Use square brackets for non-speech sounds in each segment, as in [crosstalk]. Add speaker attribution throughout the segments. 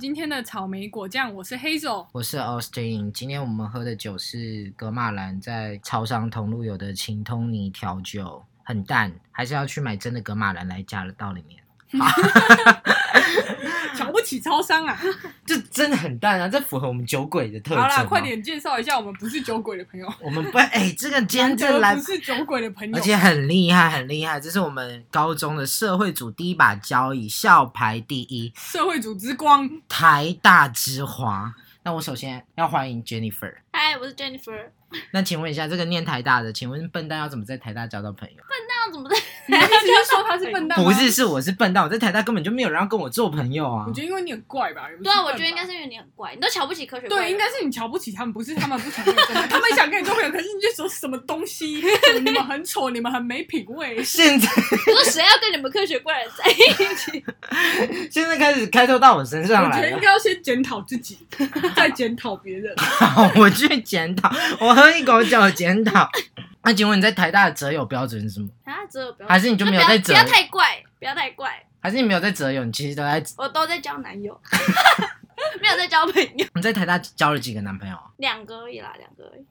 Speaker 1: 今天的草莓果酱，我是 Hazel。
Speaker 2: 我是 Austin，今天我们喝的酒是格马兰在超商同路有的晴通尼调酒，很淡，还是要去买真的格马兰来加到里面。
Speaker 1: 瞧不起超商
Speaker 2: [laughs]
Speaker 1: 啊！
Speaker 2: 这真的很淡啊，这符合我们酒鬼的特
Speaker 1: 好
Speaker 2: 征、啊
Speaker 1: 啦，快！点介绍一下我们不是酒鬼的朋友，
Speaker 2: 我们不哎、这个
Speaker 1: [laughs]
Speaker 2: 今天
Speaker 1: 难
Speaker 2: 这
Speaker 1: 得
Speaker 2: 来
Speaker 1: 不是酒鬼的朋友，
Speaker 2: 而且很厉害，很厉害！这是我们高中的社会组第一把交椅，校排第一，
Speaker 1: 社会组之光，
Speaker 2: 台大之华。那我首先要欢迎 Jennifer。
Speaker 3: 嗨，我是 Jennifer。
Speaker 2: 那请问一下，这个念台大的，请问笨蛋要怎么在台大交到朋友？
Speaker 3: 那样怎么在？
Speaker 1: 你的意思是说他是笨蛋吗？
Speaker 2: 不是，，是我是笨蛋，我在台大根本就没有人要跟我做朋友啊
Speaker 1: 我。觉得因为你很怪吧？也不
Speaker 3: 对啊，
Speaker 1: 笨吧
Speaker 3: 我觉得应该是因为你很怪，你都瞧不起科学怪人。
Speaker 1: 对，应该是你瞧不起他们，不是他们不想跟你做朋友，他们想跟你做朋友，可是你就说什么东西，什么你们很丑，你们很没品味。
Speaker 2: 现在
Speaker 3: 你说谁要跟你们科学怪人在一起？ [laughs]
Speaker 2: 现在开始开拓到我身上
Speaker 1: 我
Speaker 2: 来
Speaker 1: 觉得
Speaker 2: 了
Speaker 1: 应，该要先检讨自己，再检讨别人。
Speaker 2: 好， [laughs] 我去检讨，我喝一口酒检讨。 [laughs] 那请问你在台大的择友标准是什么？
Speaker 3: 啊，只有不要，
Speaker 2: 还是你就没有
Speaker 3: 不
Speaker 2: 在
Speaker 3: 要
Speaker 2: 择
Speaker 3: 不要太怪，不要太怪，
Speaker 2: 还是你没有在择友？你其实都在
Speaker 3: 我都在交男友， [laughs] 没有在交朋友，
Speaker 2: 你在台大交了几个男朋友啊？
Speaker 3: 两个而已啦，两个而已。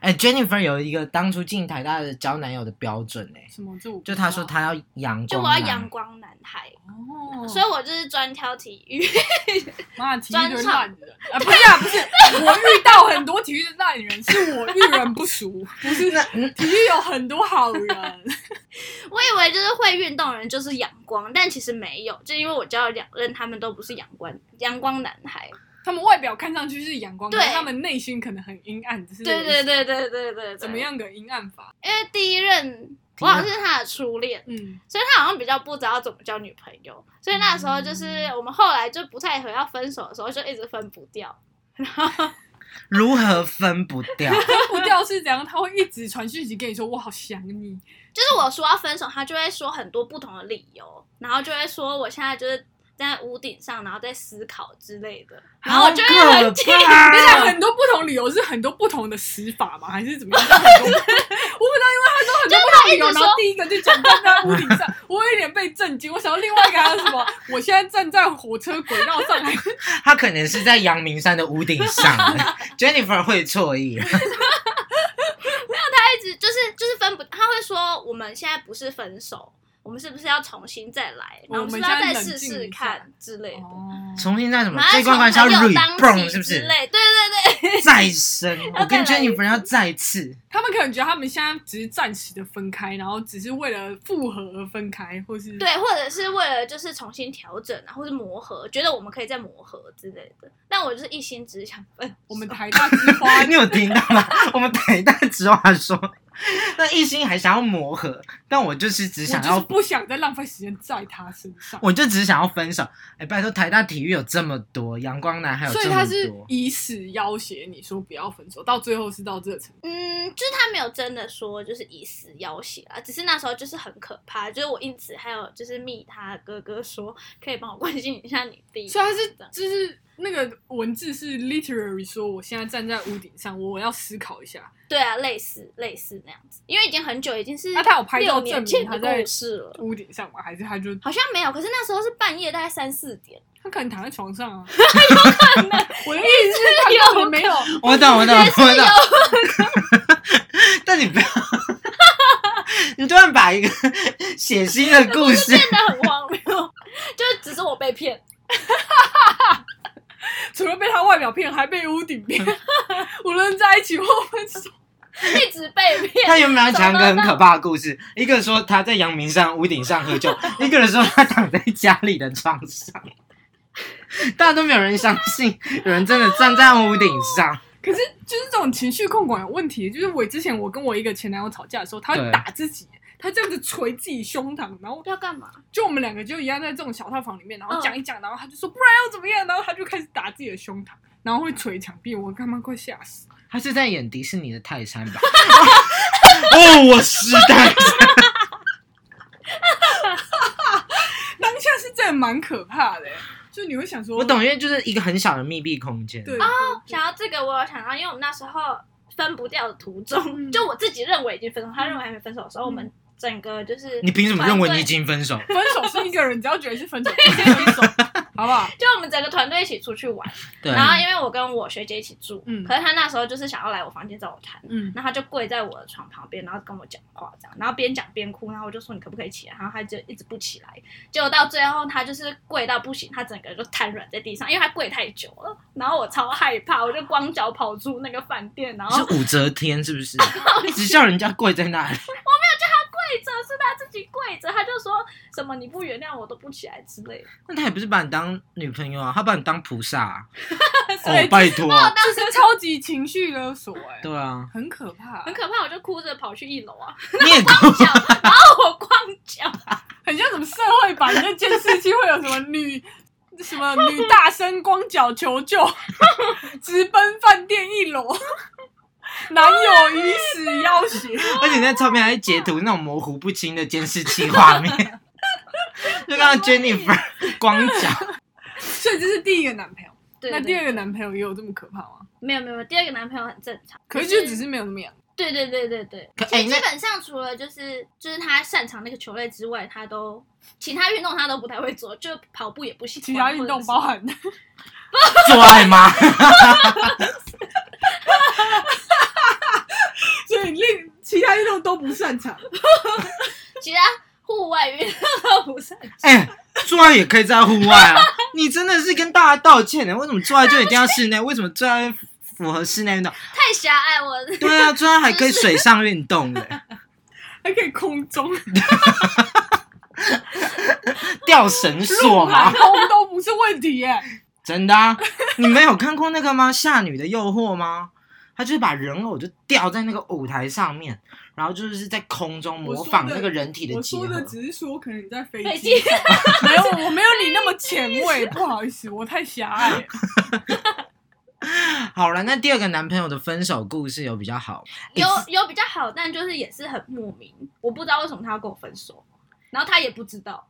Speaker 2: 哎、j e n n i f e r 有一个当初进台大的交男友的标准哎、
Speaker 1: 什么？这我不
Speaker 2: 就她
Speaker 1: 知
Speaker 2: 说
Speaker 1: 道
Speaker 2: 她要阳光，
Speaker 3: 就我要阳，光男孩，
Speaker 1: 哦，
Speaker 3: 所以我就是专挑体育。 [laughs]
Speaker 1: 妈，体育就是烂人啊！不是啊，不是，我遇到很多体育的烂人，是我遇人不淑， [laughs] 不是体育有很多好人。
Speaker 3: 我以为就是会运动的人就是阳光，但其实没有，就因为我交了两任，他们都不是阳光阳光男孩。
Speaker 1: [laughs] 他们外表看上去是阳光，
Speaker 3: 对
Speaker 1: 但他们内心可能很阴暗，只是
Speaker 3: 对对对对对对，
Speaker 1: 怎么？样个阴暗法？
Speaker 3: 因为第一任我好像是他的初恋，
Speaker 1: 嗯，
Speaker 3: 所以他好像比较不知道怎么交女朋友，所以那时候就是我们后来就不太合，要分手的时候就一直分不掉。
Speaker 2: 如何分不
Speaker 3: [laughs]
Speaker 2: 掉？
Speaker 1: 不掉是怎样？他会一直传讯息跟你说我好想你，
Speaker 3: 就是我说要分手，他就会说很多不同的理由，然后就会说我现在就是在屋顶上，然后在思考之类的，然后我就会
Speaker 2: 好
Speaker 3: 很
Speaker 2: 可
Speaker 3: 气。
Speaker 2: 怕哦
Speaker 1: 等一
Speaker 3: 哦
Speaker 1: 下很多不同理由是很多不同的死法吗？还是怎么 [laughs] 样？我不知道，因为他说很多不同理由，然
Speaker 3: 就是他一直说
Speaker 1: 后第一个就讲站在屋顶上，我有一点被震惊。我想到另外一个还有什么？我现在站在火车轨道上，还
Speaker 2: 她可能是在阳明山的屋顶上 [laughs] ，Jennifer 会错意。
Speaker 3: 一直就是就是分不，他会说我们现在不是分手，我们是不是要重新再来？然后
Speaker 1: 我们
Speaker 3: 是不是要
Speaker 1: 现在
Speaker 3: 再
Speaker 1: 冷
Speaker 3: 试
Speaker 1: 静
Speaker 3: 试
Speaker 1: 一下
Speaker 3: 看之类的？
Speaker 1: 哦
Speaker 2: 重新在什么
Speaker 3: 然？后
Speaker 2: 这一关关是要
Speaker 3: 从朋友当
Speaker 2: reborn
Speaker 3: 起
Speaker 2: 是不
Speaker 3: 之
Speaker 2: 是？
Speaker 3: 类，对对对，
Speaker 2: 再生，我跟
Speaker 3: 要再来一
Speaker 2: Jennifer 要再次。
Speaker 1: 他们可能觉得他们现在只是暂时的分开，然后只是为了复合而分开，或是
Speaker 3: 对，或者是为了就是重新调整啊，或是磨合，觉得我们可以再磨合之类的。但我就是一心只想分， [laughs]
Speaker 1: 我们台大之花
Speaker 2: [laughs] 你有听到吗？我们台大直话说，那一心还想要磨合，但我就是只想
Speaker 1: 我
Speaker 2: 要
Speaker 1: 就是不想再浪费时间在他身上，
Speaker 2: 我就只想要分手。哎、拜托，台大体育有这么多，阳光男还有
Speaker 1: 所以
Speaker 2: 这
Speaker 1: 他
Speaker 2: 么
Speaker 1: 是
Speaker 2: 多。
Speaker 1: 以死要挟你说不要分手，到最后是到这个程度。
Speaker 3: 嗯，就是他没有真的说就是以死要挟啊，只是那时候就是很可怕，就是我因此还有就是密他哥哥说可以帮我关心一下你弟，
Speaker 1: 所以他是
Speaker 3: 这样
Speaker 1: 就是那个文字是 literary 说，我现在站在屋顶上，我要思考一下。
Speaker 3: 对啊，类似类似那样子，因为已经很久，已经是
Speaker 1: 那他有拍照
Speaker 3: 六
Speaker 1: 证
Speaker 3: 年
Speaker 1: 明
Speaker 3: 前
Speaker 1: 他
Speaker 3: 的
Speaker 1: 在
Speaker 3: 故事了。
Speaker 1: 屋顶上吗？还是他就
Speaker 3: 好像没有，可是那时候是半夜，大概三四点。
Speaker 1: 他可能躺在床上啊？ [laughs] 有可能。 [laughs] 我的意思是，他根本没有。
Speaker 2: 我懂，我懂，我懂。 [laughs] 但你不要， [laughs] 你突然把一个 [laughs] 血腥的故事，
Speaker 3: 变得很荒谬， [laughs] 就是只是我被骗。
Speaker 1: 除了被他外表骗，还被屋顶 [laughs] 骗。无论在一起或分手，
Speaker 3: 一直被
Speaker 2: [laughs]
Speaker 3: 骗。
Speaker 2: 他原本要讲一个很可怕的故事， [laughs] 一个说他在阳明山屋顶上喝 [laughs] 酒，一个人说他躺在家里的床上。 [laughs] 大家都没有人相信，有人真的站在屋顶上。
Speaker 1: 可是就是这种情绪控管有问题。就是我之前我跟我一个前男友吵架的时候，他会
Speaker 2: 对
Speaker 1: 打自己，他这样子捶自己胸膛，然后
Speaker 3: 要干嘛？
Speaker 1: 就我们两个就一样在这种小套房里面，然后
Speaker 3: 嗯
Speaker 1: 讲一讲，然后他就说不然要怎么样，然后他就开始打自己的胸膛，然后会捶墙壁，我他妈快吓死！
Speaker 2: [laughs] 他是在演迪士尼的泰山吧？ [laughs] 哦，我是泰山。
Speaker 1: 当下是真的蛮可怕的欸， [laughs] 就你会想说，
Speaker 2: [laughs] 我懂，因为就是一个很小的密闭空间。
Speaker 1: 对，对
Speaker 3: 想到这个，我有想到，因为我们那时候分不掉的途
Speaker 1: 嗯
Speaker 3: 中，就我自己认为已经分手，他认为还没分手的时候，我们整个就是
Speaker 2: 你凭什么认为
Speaker 3: 团队
Speaker 2: 你已经分手？
Speaker 1: 对分手是一个人只要觉得是分手，就是分手，好不好？
Speaker 3: 就我们整个团队一起出去玩，
Speaker 2: 对，
Speaker 3: 然后因为我跟我学姐一起住，
Speaker 1: 嗯
Speaker 3: 可是她那时候就是想要来我房间找我谈，
Speaker 1: 嗯，
Speaker 3: [laughs] 然后她就跪在我的床旁边，然后跟我讲话这样，然后边讲边哭，然后我就说你可不可以起来，然后她就一直不起来，结果到最后她就是跪到不行，她整个人就瘫软在地上，因为她跪太久了，然后我超害怕，我就光脚跑出那个饭店，然后
Speaker 2: 是武则天是不
Speaker 1: [laughs]
Speaker 2: 是？一直叫人家跪在那里， [laughs]
Speaker 3: 跪着是她自己跪着，她就说什么你不原谅我都不起来之类的，
Speaker 2: 那他也不是把你当女朋友啊，他把你当菩萨啊、
Speaker 1: [laughs] 所以
Speaker 2: 哦，拜托，
Speaker 1: 这是超级情绪勒索哎、
Speaker 2: 对啊，
Speaker 1: 很可怕，
Speaker 3: 很可怕，我就哭着跑去一楼 [laughs] 啊，
Speaker 2: 你也哭，
Speaker 3: 脚，然后我光脚。
Speaker 1: 很像什么社会版那监视器会有什么女 [laughs] 什么女大声光脚求救， [laughs] 直奔饭店一楼， [laughs] 男友以死要挟，
Speaker 2: [laughs] 而且那照片还截图那种模糊不清的监视器画面，就看到 Jennifer 光脚，
Speaker 1: 所以这是第一个男朋友。
Speaker 3: 对
Speaker 1: 那
Speaker 3: 对
Speaker 1: 第二个男朋友也有这么可怕吗？
Speaker 3: 没有没有，没有第二个男朋友很正常，
Speaker 1: 可是
Speaker 3: 就
Speaker 1: 就只是没有那么样。
Speaker 3: 对对对对对，
Speaker 2: 可
Speaker 3: 其
Speaker 2: 哎
Speaker 3: 实
Speaker 2: 那
Speaker 3: 基本上除了就是就是他擅长那个球类之外，他都其他运动他都不太会做，就跑步也不喜欢，
Speaker 1: 其他运动包含
Speaker 2: 做爱吗？
Speaker 1: [laughs]
Speaker 2: [laughs]
Speaker 1: 所以另其他运动都不擅长。 [laughs]
Speaker 3: 或者是其他户外运动 [laughs] 都不擅长。
Speaker 2: 哎、做爱也可以在户外啊！你真的是跟大家道歉呢？为什么做爱就一定要室内？为什么做爱符合室内运动？
Speaker 3: 太狭隘 [laughs] 我。
Speaker 2: 对啊，做爱还可以水上运动的，
Speaker 1: 还可以空中、
Speaker 2: 吊绳索
Speaker 1: 陆海
Speaker 2: 嘛，
Speaker 1: 空都不是问题耶、
Speaker 2: 真的啊！你没有看过那个吗？《夏女的诱惑》吗？他就是把人偶就吊在那个舞台上面，然后就是在空中模仿那个人体的
Speaker 1: 我
Speaker 2: 结
Speaker 1: 说
Speaker 2: 合。
Speaker 1: 的只是说，可能你在飞
Speaker 3: 飞
Speaker 1: 机
Speaker 3: 机
Speaker 1: [laughs] 上，没有，我没有你那么前卫，不好意思，我太狭隘了。
Speaker 2: 好了，那第二个男朋友的分手故事有比较好吗，
Speaker 3: 有有比较好，但就是也是很莫名，我不知道为什么他要跟我分手，然后他也不知道，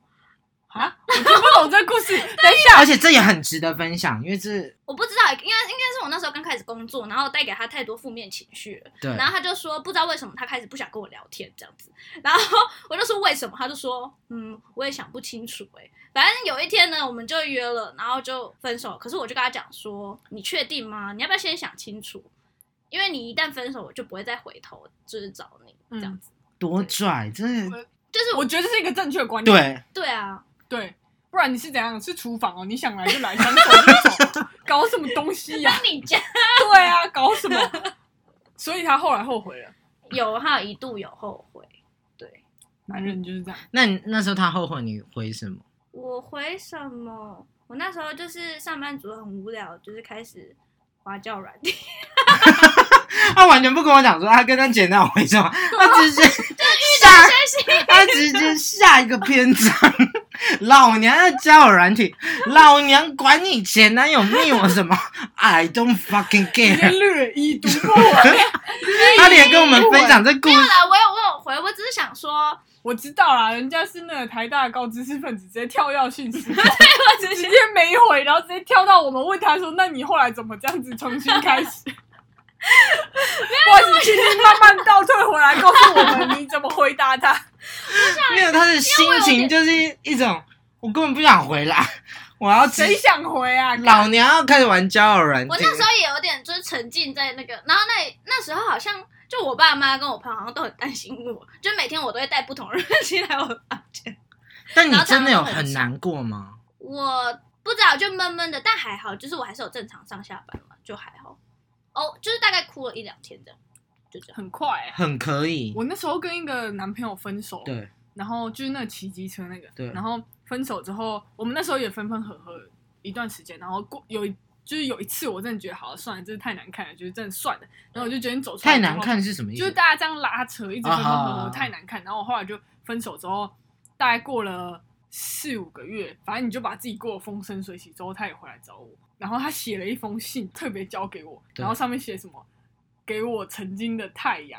Speaker 1: 啊，我听不懂这故事。等一下，
Speaker 2: 而且这也很值得分享，因为这
Speaker 3: 我不知道，应该应该是我那时候刚开始工作，然后带给他太多负面情绪了，
Speaker 2: 对
Speaker 3: 然后他就说，不知道为什么他开始不想跟我聊天这样子。然后我就说为什么，他就说，嗯，我也想不清楚哎、反正有一天呢，我们就约了，然后就分手。可是我就跟他讲说，你确定吗？你要不要先想清楚？因为你一旦分手，我就不会再回头就是找你这样子。
Speaker 2: 多拽，真的
Speaker 3: 就是
Speaker 1: 嗯我
Speaker 3: 我，
Speaker 1: 觉得这是一个正确的观念。
Speaker 2: 对。
Speaker 3: 对啊，
Speaker 1: 对，不然你是怎样？是厨房哦，你想来就来，想走就走，搞什么东西呀、
Speaker 3: [laughs] 那你家
Speaker 1: 对啊，搞什么？所以他后来后悔了。
Speaker 3: 有还有一度有后悔，对
Speaker 1: 男人就是这样，
Speaker 2: 那你那时候他后悔你回什么？
Speaker 3: 我回什么？我那时候就是上班族很无聊，就是开始滑教软体。
Speaker 2: [laughs] 他完全不跟我讲说他跟他姐那回什么，他直接下，他直接下一个篇章。老娘要交友软体，老娘管你前男友密我什么，I don't fucking
Speaker 1: 你的
Speaker 2: care。
Speaker 1: 略已读不完。
Speaker 2: 他连跟我们分享这故
Speaker 3: 后
Speaker 2: 事，
Speaker 3: 来我有我有回，我只是想说，
Speaker 1: 我知道啦，人家是那个台大的高知识分子，直接跳跃讯息，
Speaker 3: 我只
Speaker 1: 直
Speaker 3: 是
Speaker 1: 接没回，然后直接跳到我们问他说：“那你后来怎么这样子重新开始？”不好意思，请你慢慢倒退回来，告诉我们你怎么回答他。
Speaker 2: 没有他的心情就是一种，我根本不想回来，我要直
Speaker 1: 谁想回啊？
Speaker 2: 老娘要开始玩交友软
Speaker 3: 我
Speaker 2: 体。
Speaker 3: 那时候也有点就是沉浸在那个，然后那那时候好像就我爸妈跟我朋友好像都很担心我，就每天我都会带不同人进来我的 [laughs] 房间，
Speaker 2: 但你真的有很难过吗？
Speaker 3: 我不知道就闷闷的，但还好，就是我还是有正常上下班嘛，就还好。哦，就是大概哭了一两天这样，就这样。
Speaker 1: 很快、欸，
Speaker 2: 很可以，
Speaker 1: 我那时候跟一个男朋友分手，
Speaker 2: 对
Speaker 1: 然后就是那个骑机车那个，
Speaker 2: 对
Speaker 1: 然后分手之后，我们那时候也分分合合一段时间，然后过有一就是有一次我真的觉得好了算了，这太难看了，就是真的算了，然后我就决定走出来，
Speaker 2: 太难，看是什么意思？
Speaker 1: 就是大家这样拉扯，一直分分合
Speaker 2: 啊
Speaker 1: 合太难看，然后我后来就分手之后，大概过了四五个月，反正你就把自己过得风生水起之后，他也回来找我，然后他写了一封信特别交给我，
Speaker 2: 对
Speaker 1: 然后上面写什么？给我曾经的太阳，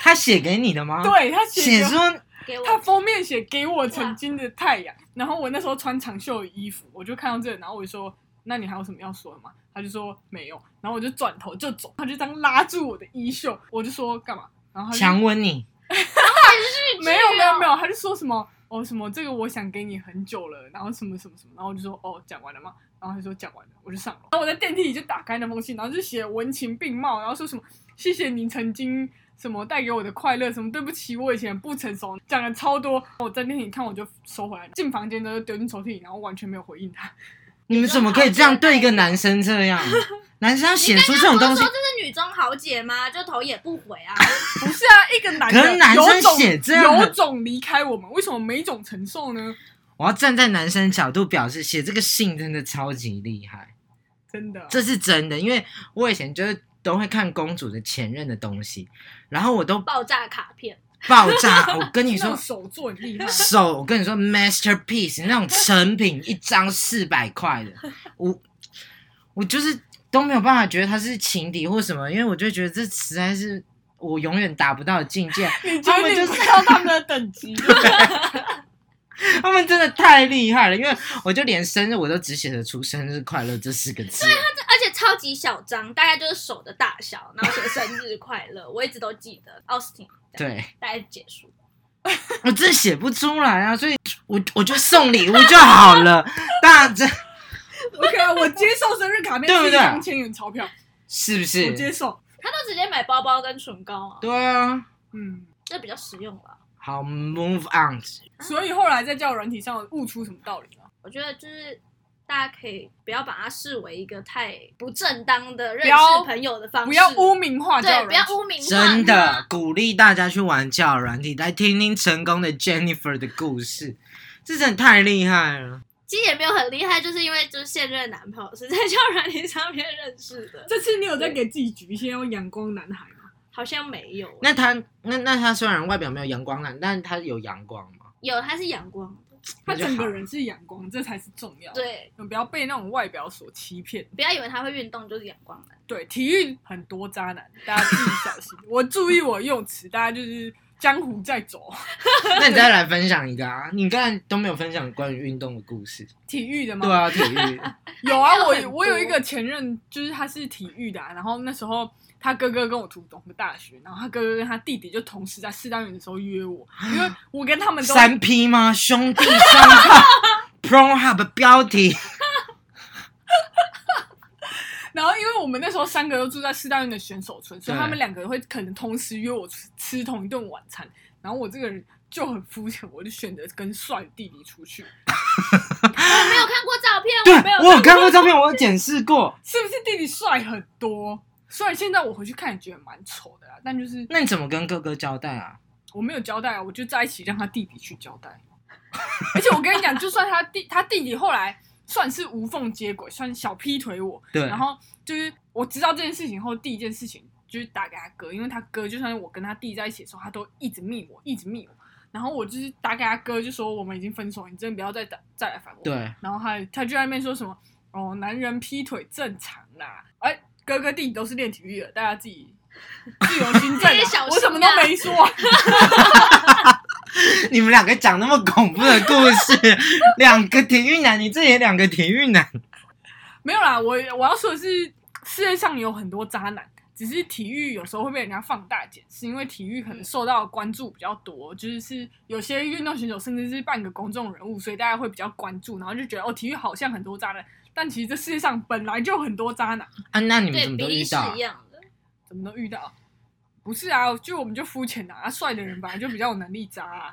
Speaker 2: 他写给你的吗？，
Speaker 1: 对他写
Speaker 2: 啊
Speaker 1: 给我
Speaker 2: 写说
Speaker 3: 给我
Speaker 1: 他封面写给我曾经的太阳，然后我那时候穿长袖的衣服，我就看到这个，然后我就说：“那你还有什么要说的吗？”他就说：“没有。”然后我就转头就走，他就这样拉住我的衣袖，我就说：“干嘛？”然后他就
Speaker 2: 强吻你，
Speaker 3: 哦
Speaker 1: 没有没有没有，他就说什么：“哦什么这个我想给你很久了，然后什么什么什么，然后我就说哦讲完了吗？然后他说哦讲完了，我就上楼。然后我在电梯里就打开那封信，然后就写文情并茂，然后说什么谢谢你曾经什么带给我的快乐，什么对不起我以前不成熟，讲了超多。我在电梯里看我就收回来，进房间之后就丢进抽屉里，然后完全没有回应他。
Speaker 2: 你们怎么可以这样对一个男生这样？男生要写出这种
Speaker 3: 不
Speaker 2: 东
Speaker 3: 是
Speaker 2: 西
Speaker 3: 说，这是女中豪杰吗？就头也不回啊，
Speaker 1: 不是啊，一个男
Speaker 2: 可是
Speaker 1: 的
Speaker 2: 男生
Speaker 1: 有种
Speaker 2: 写这样的
Speaker 1: 有种离开我们，为什么每种承受呢？
Speaker 2: 我要站在男生角度表示，写这个信真的超级厉害，
Speaker 1: 真的，
Speaker 2: 这是真的，因为我以前就是都会看公主的前任的东西，然后我都
Speaker 3: 爆炸卡片，
Speaker 2: 爆炸。我跟你
Speaker 1: 那种
Speaker 2: 说，。
Speaker 1: 手作很厉害
Speaker 2: [laughs] 手，我跟你说，masterpiece 那种成品，一张四百块的，我我就是都没有办法觉得他是情敌或什么，因为我就觉得这实在是我永远达不到的境界。
Speaker 1: 你觉
Speaker 2: 他
Speaker 1: 得
Speaker 2: 们
Speaker 1: 你
Speaker 2: 就
Speaker 1: 不
Speaker 2: 是
Speaker 1: 知道他们的等级？
Speaker 2: [laughs] 他们真的太厉害了，因为我就连生日我都只写得出“生日快乐”这四个字。
Speaker 3: 这而且超级小张，大概就是手的大小，然后写生日快乐，我一直都记得。奥斯汀，，
Speaker 2: 对，
Speaker 3: 大概结束。
Speaker 2: 我真的写不出来啊，所以我我就送礼物就好了。大家
Speaker 1: 我可以啊，我接受生日卡片
Speaker 2: 对不
Speaker 1: 是一
Speaker 2: 对
Speaker 1: 张千元钞票，
Speaker 2: 是不
Speaker 1: 我接
Speaker 2: 是？
Speaker 1: 受。
Speaker 3: 他都直接买包包跟唇膏啊，
Speaker 2: 对啊，
Speaker 1: 嗯，
Speaker 3: 这比较实用了。
Speaker 2: 好，move on。
Speaker 3: 啊
Speaker 1: 所以后来在交友软体上悟出什么道理啊？
Speaker 3: 我觉得就是大家可以不要把它视为一个太不正当的认
Speaker 1: 不要
Speaker 3: 识朋友的方式，
Speaker 1: 不要污名化交
Speaker 3: 啊对，
Speaker 1: 友
Speaker 3: 不要
Speaker 1: 软体。
Speaker 3: 污名化它
Speaker 2: 真的。鼓励大家去玩交友软体，来听听成功的 Jennifer 的故事，这真的太厉害了。
Speaker 3: 其实也没有很厉害，就是因为就是现任男朋友是在交友软件上面认识
Speaker 1: [laughs]
Speaker 3: 的，
Speaker 1: 这次你有在给自己局限要阳光男孩吗？
Speaker 3: 好像没有。
Speaker 2: 那他那那他虽然外表没有阳光男，但他有阳光吗？
Speaker 3: 有他是阳光的，
Speaker 1: 他
Speaker 2: 那就好
Speaker 1: 整个人是阳光，这才是重要。，
Speaker 3: 对，
Speaker 1: 不要被那种外表所欺骗。
Speaker 3: 不要以为他会运动就是阳光的。
Speaker 1: 对，体育很多渣男，大家自己小心。我注意我用词，大家就是江湖在走，
Speaker 2: 那你再来分享一个啊！你刚才都没有分享关于运动的故事。
Speaker 1: 体育的吗？
Speaker 2: 对，啊，体育 [laughs]
Speaker 1: 有啊，
Speaker 3: 有很
Speaker 1: 我
Speaker 3: 多
Speaker 1: 我有一个前任，就是他是体育的啊、然后那时候他哥哥跟我读同个大学，然后他哥哥跟他弟弟就同时在四单元的时候约我，因为我跟他们都
Speaker 2: 三 P 吗？兄弟相靠 [laughs] Pro Hub 标题，
Speaker 1: 然后因为我们那时候三个都住在四大运的选手村，所以
Speaker 2: 对
Speaker 1: 他们两个会可能同时约我吃吃同一顿晚餐。然后我这个人就很肤浅，我就选择跟帅弟弟出去，
Speaker 3: 我没有看过照片，
Speaker 2: 对
Speaker 3: 我没有
Speaker 2: 我有看过照片，我有检视过。
Speaker 1: 是不是弟弟帅很多？虽然现在我回去看也觉得蛮丑的啦，但就是
Speaker 2: 那你怎么跟哥哥交代啊？
Speaker 1: 我没有交代啊，我就在一起让他弟弟去交代。 [laughs] 而且我跟你讲，就算他弟他弟弟后来算是无缝接轨，算小劈腿我，
Speaker 2: 对，
Speaker 1: 然后就是我知道这件事情后，第一件事情就是打给他哥，因为他哥就算我跟他弟在一起的时候，他都一直密我，一直密我。然后我就是打给他哥，就说我们已经分手，你真的不要再打再来烦我。。
Speaker 2: 对， [laughs]
Speaker 1: 然后他他就在那边说什么哦，男人劈腿正常啦，哎，哥哥弟弟都是练体育的，大家自己自由
Speaker 3: [laughs]
Speaker 1: 心证、
Speaker 3: 自己
Speaker 1: 啊。
Speaker 3: 小心啊
Speaker 1: 我什么都没说，
Speaker 2: 你们两个讲那么恐怖的故事，两个体育男，你这也两个体育男。
Speaker 1: 没有啦。我我要说的是，世界上有很多渣男。只是体育有时候会被人家放大检视，因为体育可能受到的关注比较多，就是是有些运动选手甚至是半个公众人物，所以大家会比较关注，然后就觉得哦，体育好像很多渣男，但其实这世界上本来就很多渣男，
Speaker 2: 啊，那你们
Speaker 3: 对
Speaker 2: 怎么
Speaker 3: 比
Speaker 2: 都
Speaker 3: 例
Speaker 2: 遇
Speaker 3: 是
Speaker 2: 到啊
Speaker 3: 一？样的。
Speaker 1: 怎么都遇到。不是啊，就我们就肤浅啊，啊帅的人本来就比较有能力渣、啊。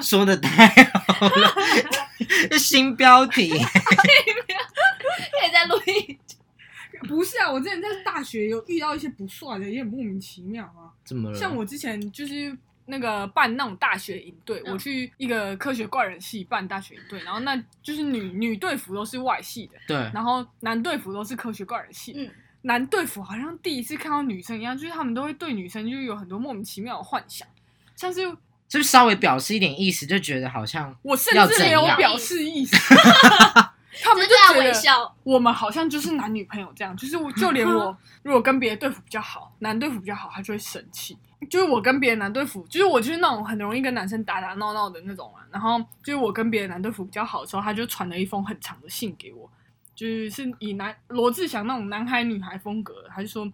Speaker 2: 说的太好了， [laughs] 这新标题。
Speaker 3: 可以再录一，
Speaker 1: 不是啊，我之前在大学有遇到一些不帅的，也很莫名其妙啊。
Speaker 2: 怎么了？
Speaker 1: 像我之前就是那个办那种大学营队，
Speaker 3: 嗯
Speaker 1: 我去一个科学怪人系办大学营队，然后那就是女女队服都是外系的，
Speaker 2: 对，
Speaker 1: 然后男队服都是科学怪人系。
Speaker 3: 嗯，
Speaker 1: 男队服好像第一次看到女生一样，就是他们都会对女生就是有很多莫名其妙的幻想，像是
Speaker 2: 就是稍微表示一点意思，就觉得好像
Speaker 1: 我甚
Speaker 2: 要
Speaker 1: 至
Speaker 2: 怎
Speaker 1: 没有
Speaker 2: 样
Speaker 1: 表示意
Speaker 2: [laughs]
Speaker 1: 思，他们
Speaker 3: 就
Speaker 1: 就
Speaker 3: 这样
Speaker 1: 觉
Speaker 3: 微
Speaker 1: 得
Speaker 3: 笑，
Speaker 1: 我们好像就是男女朋友这样，就是我就连我如果跟别的队服比较好，男队服比较好，他就会生气。就是我跟别的男队服，就是我就是那种很容易跟男生打打闹闹的那种啊。然后就是我跟别的男队服比较好的时候，他就传了一封很长的信给我，就是是以男罗志祥那种男孩女孩风格的，他就说。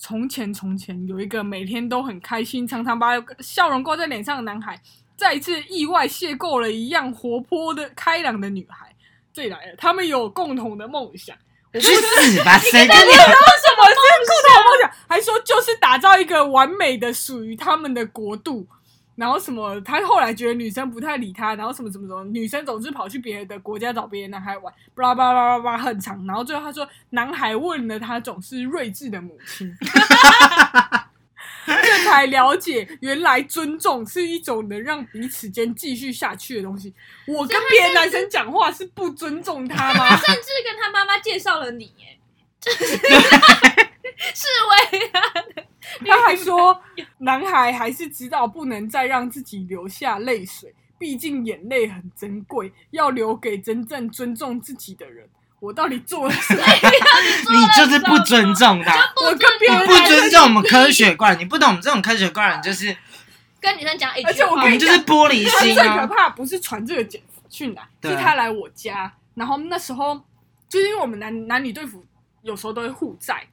Speaker 1: 从前，从前有一个每天都很开心、常常把笑容挂在脸上的男孩，再次意外邂逅了一样活泼的、开朗的女孩。这来了，他们有共同的梦想。
Speaker 2: 去死吧！谁跟 [laughs] 你？
Speaker 1: 什么是共同梦想？还说就是打造一个完美的属于他们的国度。然后什么，他后来觉得女生不太理他，然后什么什么什么，女生总是跑去别的国家找别的男孩玩，巴拉巴拉巴拉很长。然后最后他说，男孩问了他总是睿智的母亲，这才了解原来尊重是一种能让彼此间继续下去的东西。我跟别的男生讲话是不尊重他吗？
Speaker 3: 甚至跟他妈妈介绍了你， [laughs] 哎，就是是薇啊，
Speaker 1: 他还说，男孩还是知道不能再让自己流下泪水，毕竟眼泪很珍贵，要留给真正尊重自己的人。我到底做了什
Speaker 2: [laughs]
Speaker 1: 么？
Speaker 2: 你就是不尊重他，
Speaker 1: 我跟别人
Speaker 2: 你不尊重我们科学怪人，你不懂我们这种科学怪人就是
Speaker 3: 跟女生讲哎一
Speaker 1: 而
Speaker 3: 句
Speaker 1: 且我
Speaker 2: 我
Speaker 3: 话
Speaker 1: 跟
Speaker 2: 们
Speaker 1: 你，
Speaker 2: 就是玻璃
Speaker 1: 他最
Speaker 2: 心
Speaker 1: 可
Speaker 2: 啊！
Speaker 1: 怕不是传这个简讯来，
Speaker 2: 对
Speaker 1: 是他来我家，然后那时候就是因为我们男男女队服有时候都会互载，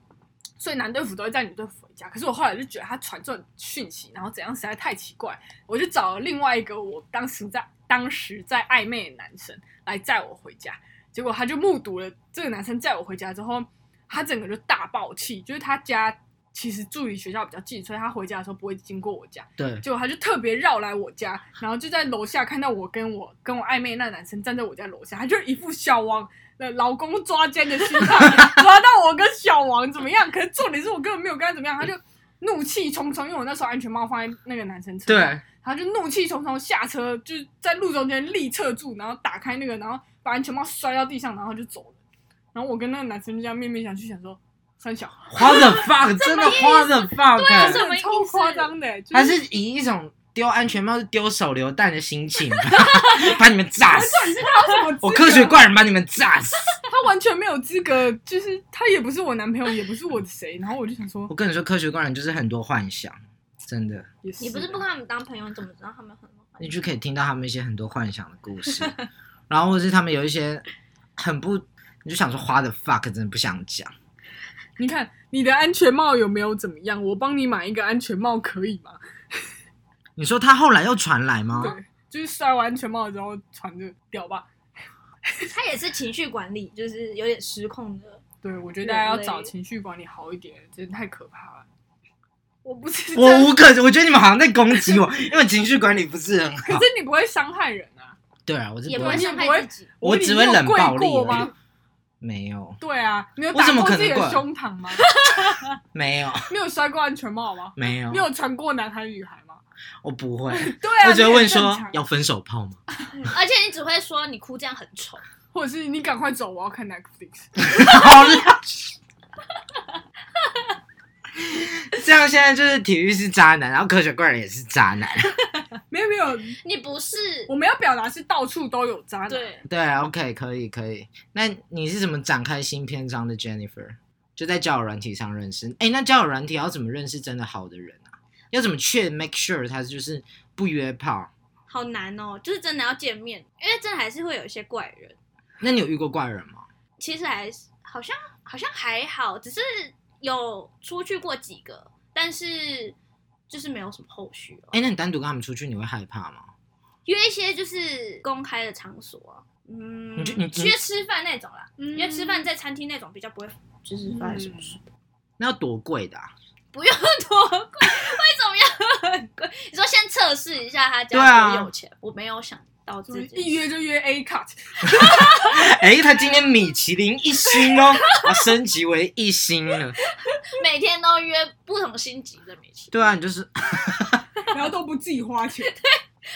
Speaker 1: 所以男队服都会载女队服回家。可是我后来就觉得他传这种讯息，然后怎样实在太奇怪，我就找了另外一个我当时在当时在暧昧的男生来载我回家，结果他就目睹了这个男生载我回家之后，他整个就大爆气，就是他家。其实住离学校比较近，所以他回家的时候不会经过我家。
Speaker 2: 对，
Speaker 1: 结果他就特别绕来我家，然后就在楼下看到我跟我跟我暧昧那男生站在我家楼下，他就一副小王的老公抓奸的心态， [laughs] 抓到我跟小王怎么样？可是重点是我根本没有跟他怎么样，他就怒气冲冲，因为我那时候安全帽放在那个男生车上，
Speaker 2: 对，
Speaker 1: 他就怒气冲冲下车，就是在路中间立侧住，然后打开那个，然后把安全帽摔到地上，然后就走了。然后我跟那个男生就这样面面相觑，想说三小，
Speaker 2: 花的 fuck，真的花的
Speaker 3: 啊
Speaker 2: fuck，
Speaker 3: 什么意
Speaker 1: [laughs]
Speaker 3: 思
Speaker 1: 超夸张的、欸就是
Speaker 2: 他是以一种丢安全帽、丢手榴弹的心情 [laughs] 吧，把你们炸死。
Speaker 1: 他有什么资格
Speaker 2: 我科学怪人把你们炸死！
Speaker 1: 他完全没有资格，就是他也不是我男朋友，也不是我的谁。然后我就想说
Speaker 2: 我，跟你说，科学怪人就是很多幻想，真的，
Speaker 1: 也是啊
Speaker 3: 你不是不跟他们当朋友，你怎么知道他们很多 [laughs] 话？
Speaker 2: 你就可以听到他们一些很多幻想的故事，然后或者是他们有一些很不，你就想说花的 fuck，真的不想讲。
Speaker 1: 你看你的安全帽有没有怎么样？我帮你买一个安全帽可以吗？
Speaker 2: 你说他后来又传来吗？
Speaker 1: 对，就是摔完安全帽之后穿着屌吧。
Speaker 3: 他也是情绪管理，就是有点失控的。
Speaker 1: 对，我觉得大家要
Speaker 3: 人类
Speaker 1: 找情绪管理好一点，真的太可怕了。我不是真
Speaker 2: [laughs] 我无可，我觉得你们好像在攻击我，因为情绪管理不是很
Speaker 1: 可
Speaker 2: 好。
Speaker 1: 是你不会伤害人啊。
Speaker 2: 对啊，我是
Speaker 3: 也
Speaker 2: 不
Speaker 3: 不
Speaker 2: 会
Speaker 3: 会，伤
Speaker 1: 我
Speaker 3: 害
Speaker 1: 也
Speaker 3: 自己。
Speaker 2: 我只会
Speaker 1: 你有
Speaker 2: 冷
Speaker 1: 跪
Speaker 2: 暴力
Speaker 1: 过
Speaker 2: 而已
Speaker 1: 吗？
Speaker 2: 没有，
Speaker 1: 对啊，你有
Speaker 2: 我
Speaker 1: 打
Speaker 2: 怎么
Speaker 1: 过
Speaker 2: 可
Speaker 1: 自己
Speaker 2: 能跪
Speaker 1: 的胸膛吗？ [laughs]
Speaker 2: 没有，
Speaker 1: 你有摔过安全帽吗？
Speaker 2: [laughs] 没有
Speaker 1: 你，有传过男孩女孩吗？
Speaker 2: 我不会。
Speaker 1: [laughs] 对啊，
Speaker 2: 我只会
Speaker 1: 你很
Speaker 2: 问说
Speaker 1: 正常
Speaker 2: 要分手
Speaker 1: [laughs]
Speaker 2: 炮吗？ [laughs]
Speaker 3: 而且你只会说你哭这样很丑，
Speaker 1: 或者是你赶快走，我要看 Netflix。
Speaker 2: 好啦，这样现在就是体育是渣男，然后科学怪人也是渣男。
Speaker 1: 没有没有，
Speaker 3: 你不是
Speaker 1: 我们要表达是到处都有渣男。，
Speaker 3: 对
Speaker 2: 对，OK，可啊以可以。那你是怎么展开新篇章的，Jennifer？就在交友软体上认识。哎，那交友软体要怎么认识真的好的人啊？要怎么确 make sure 他就是不约炮？
Speaker 3: 好难哦，就是真的要见面，因为真的还是会有一些怪人。
Speaker 2: 那你有遇过怪人吗？
Speaker 3: 其实还是好像好像还好，只是有出去过几个，但是就是没有什么后续哦。
Speaker 2: 哎，那你单独跟他们出去，你会害怕吗？
Speaker 3: 约一些就是公开的场所啊，嗯，
Speaker 2: 你就你
Speaker 3: 约吃饭那种啦，
Speaker 1: 因
Speaker 3: 约吃饭在餐厅那种比较不会，就是发生什么
Speaker 1: 嗯
Speaker 3: 事。
Speaker 2: 那要多贵的、啊？
Speaker 3: [laughs] 不用多贵，为什么要很贵？你说先测试一下他
Speaker 2: 对啊
Speaker 3: 家多有钱，我没有想到自己
Speaker 1: 一约就约 A
Speaker 3: [laughs]
Speaker 1: cut，
Speaker 2: 哎，他今天米其林一星哦，啊，升级为一星了。
Speaker 3: 每天都约不同星级的米其林，
Speaker 2: 对啊，你就是
Speaker 1: 然后都不自己花钱，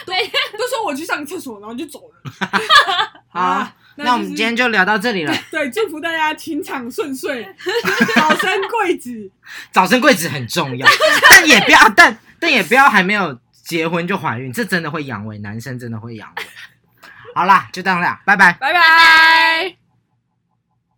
Speaker 3: 每天
Speaker 1: 都说我去上个厕所，然后就走了。
Speaker 2: [laughs] 好啊，那我们今天就聊到这里了。
Speaker 1: 对祝福大家情场顺遂，
Speaker 3: [laughs]
Speaker 1: 早生贵子。
Speaker 2: 早生贵子很重要，但也不要，但但也不要还没有结婚就怀孕，这真的会阳痿，男生真的会阳痿。好啦，就这样啦，拜拜。
Speaker 1: 拜拜。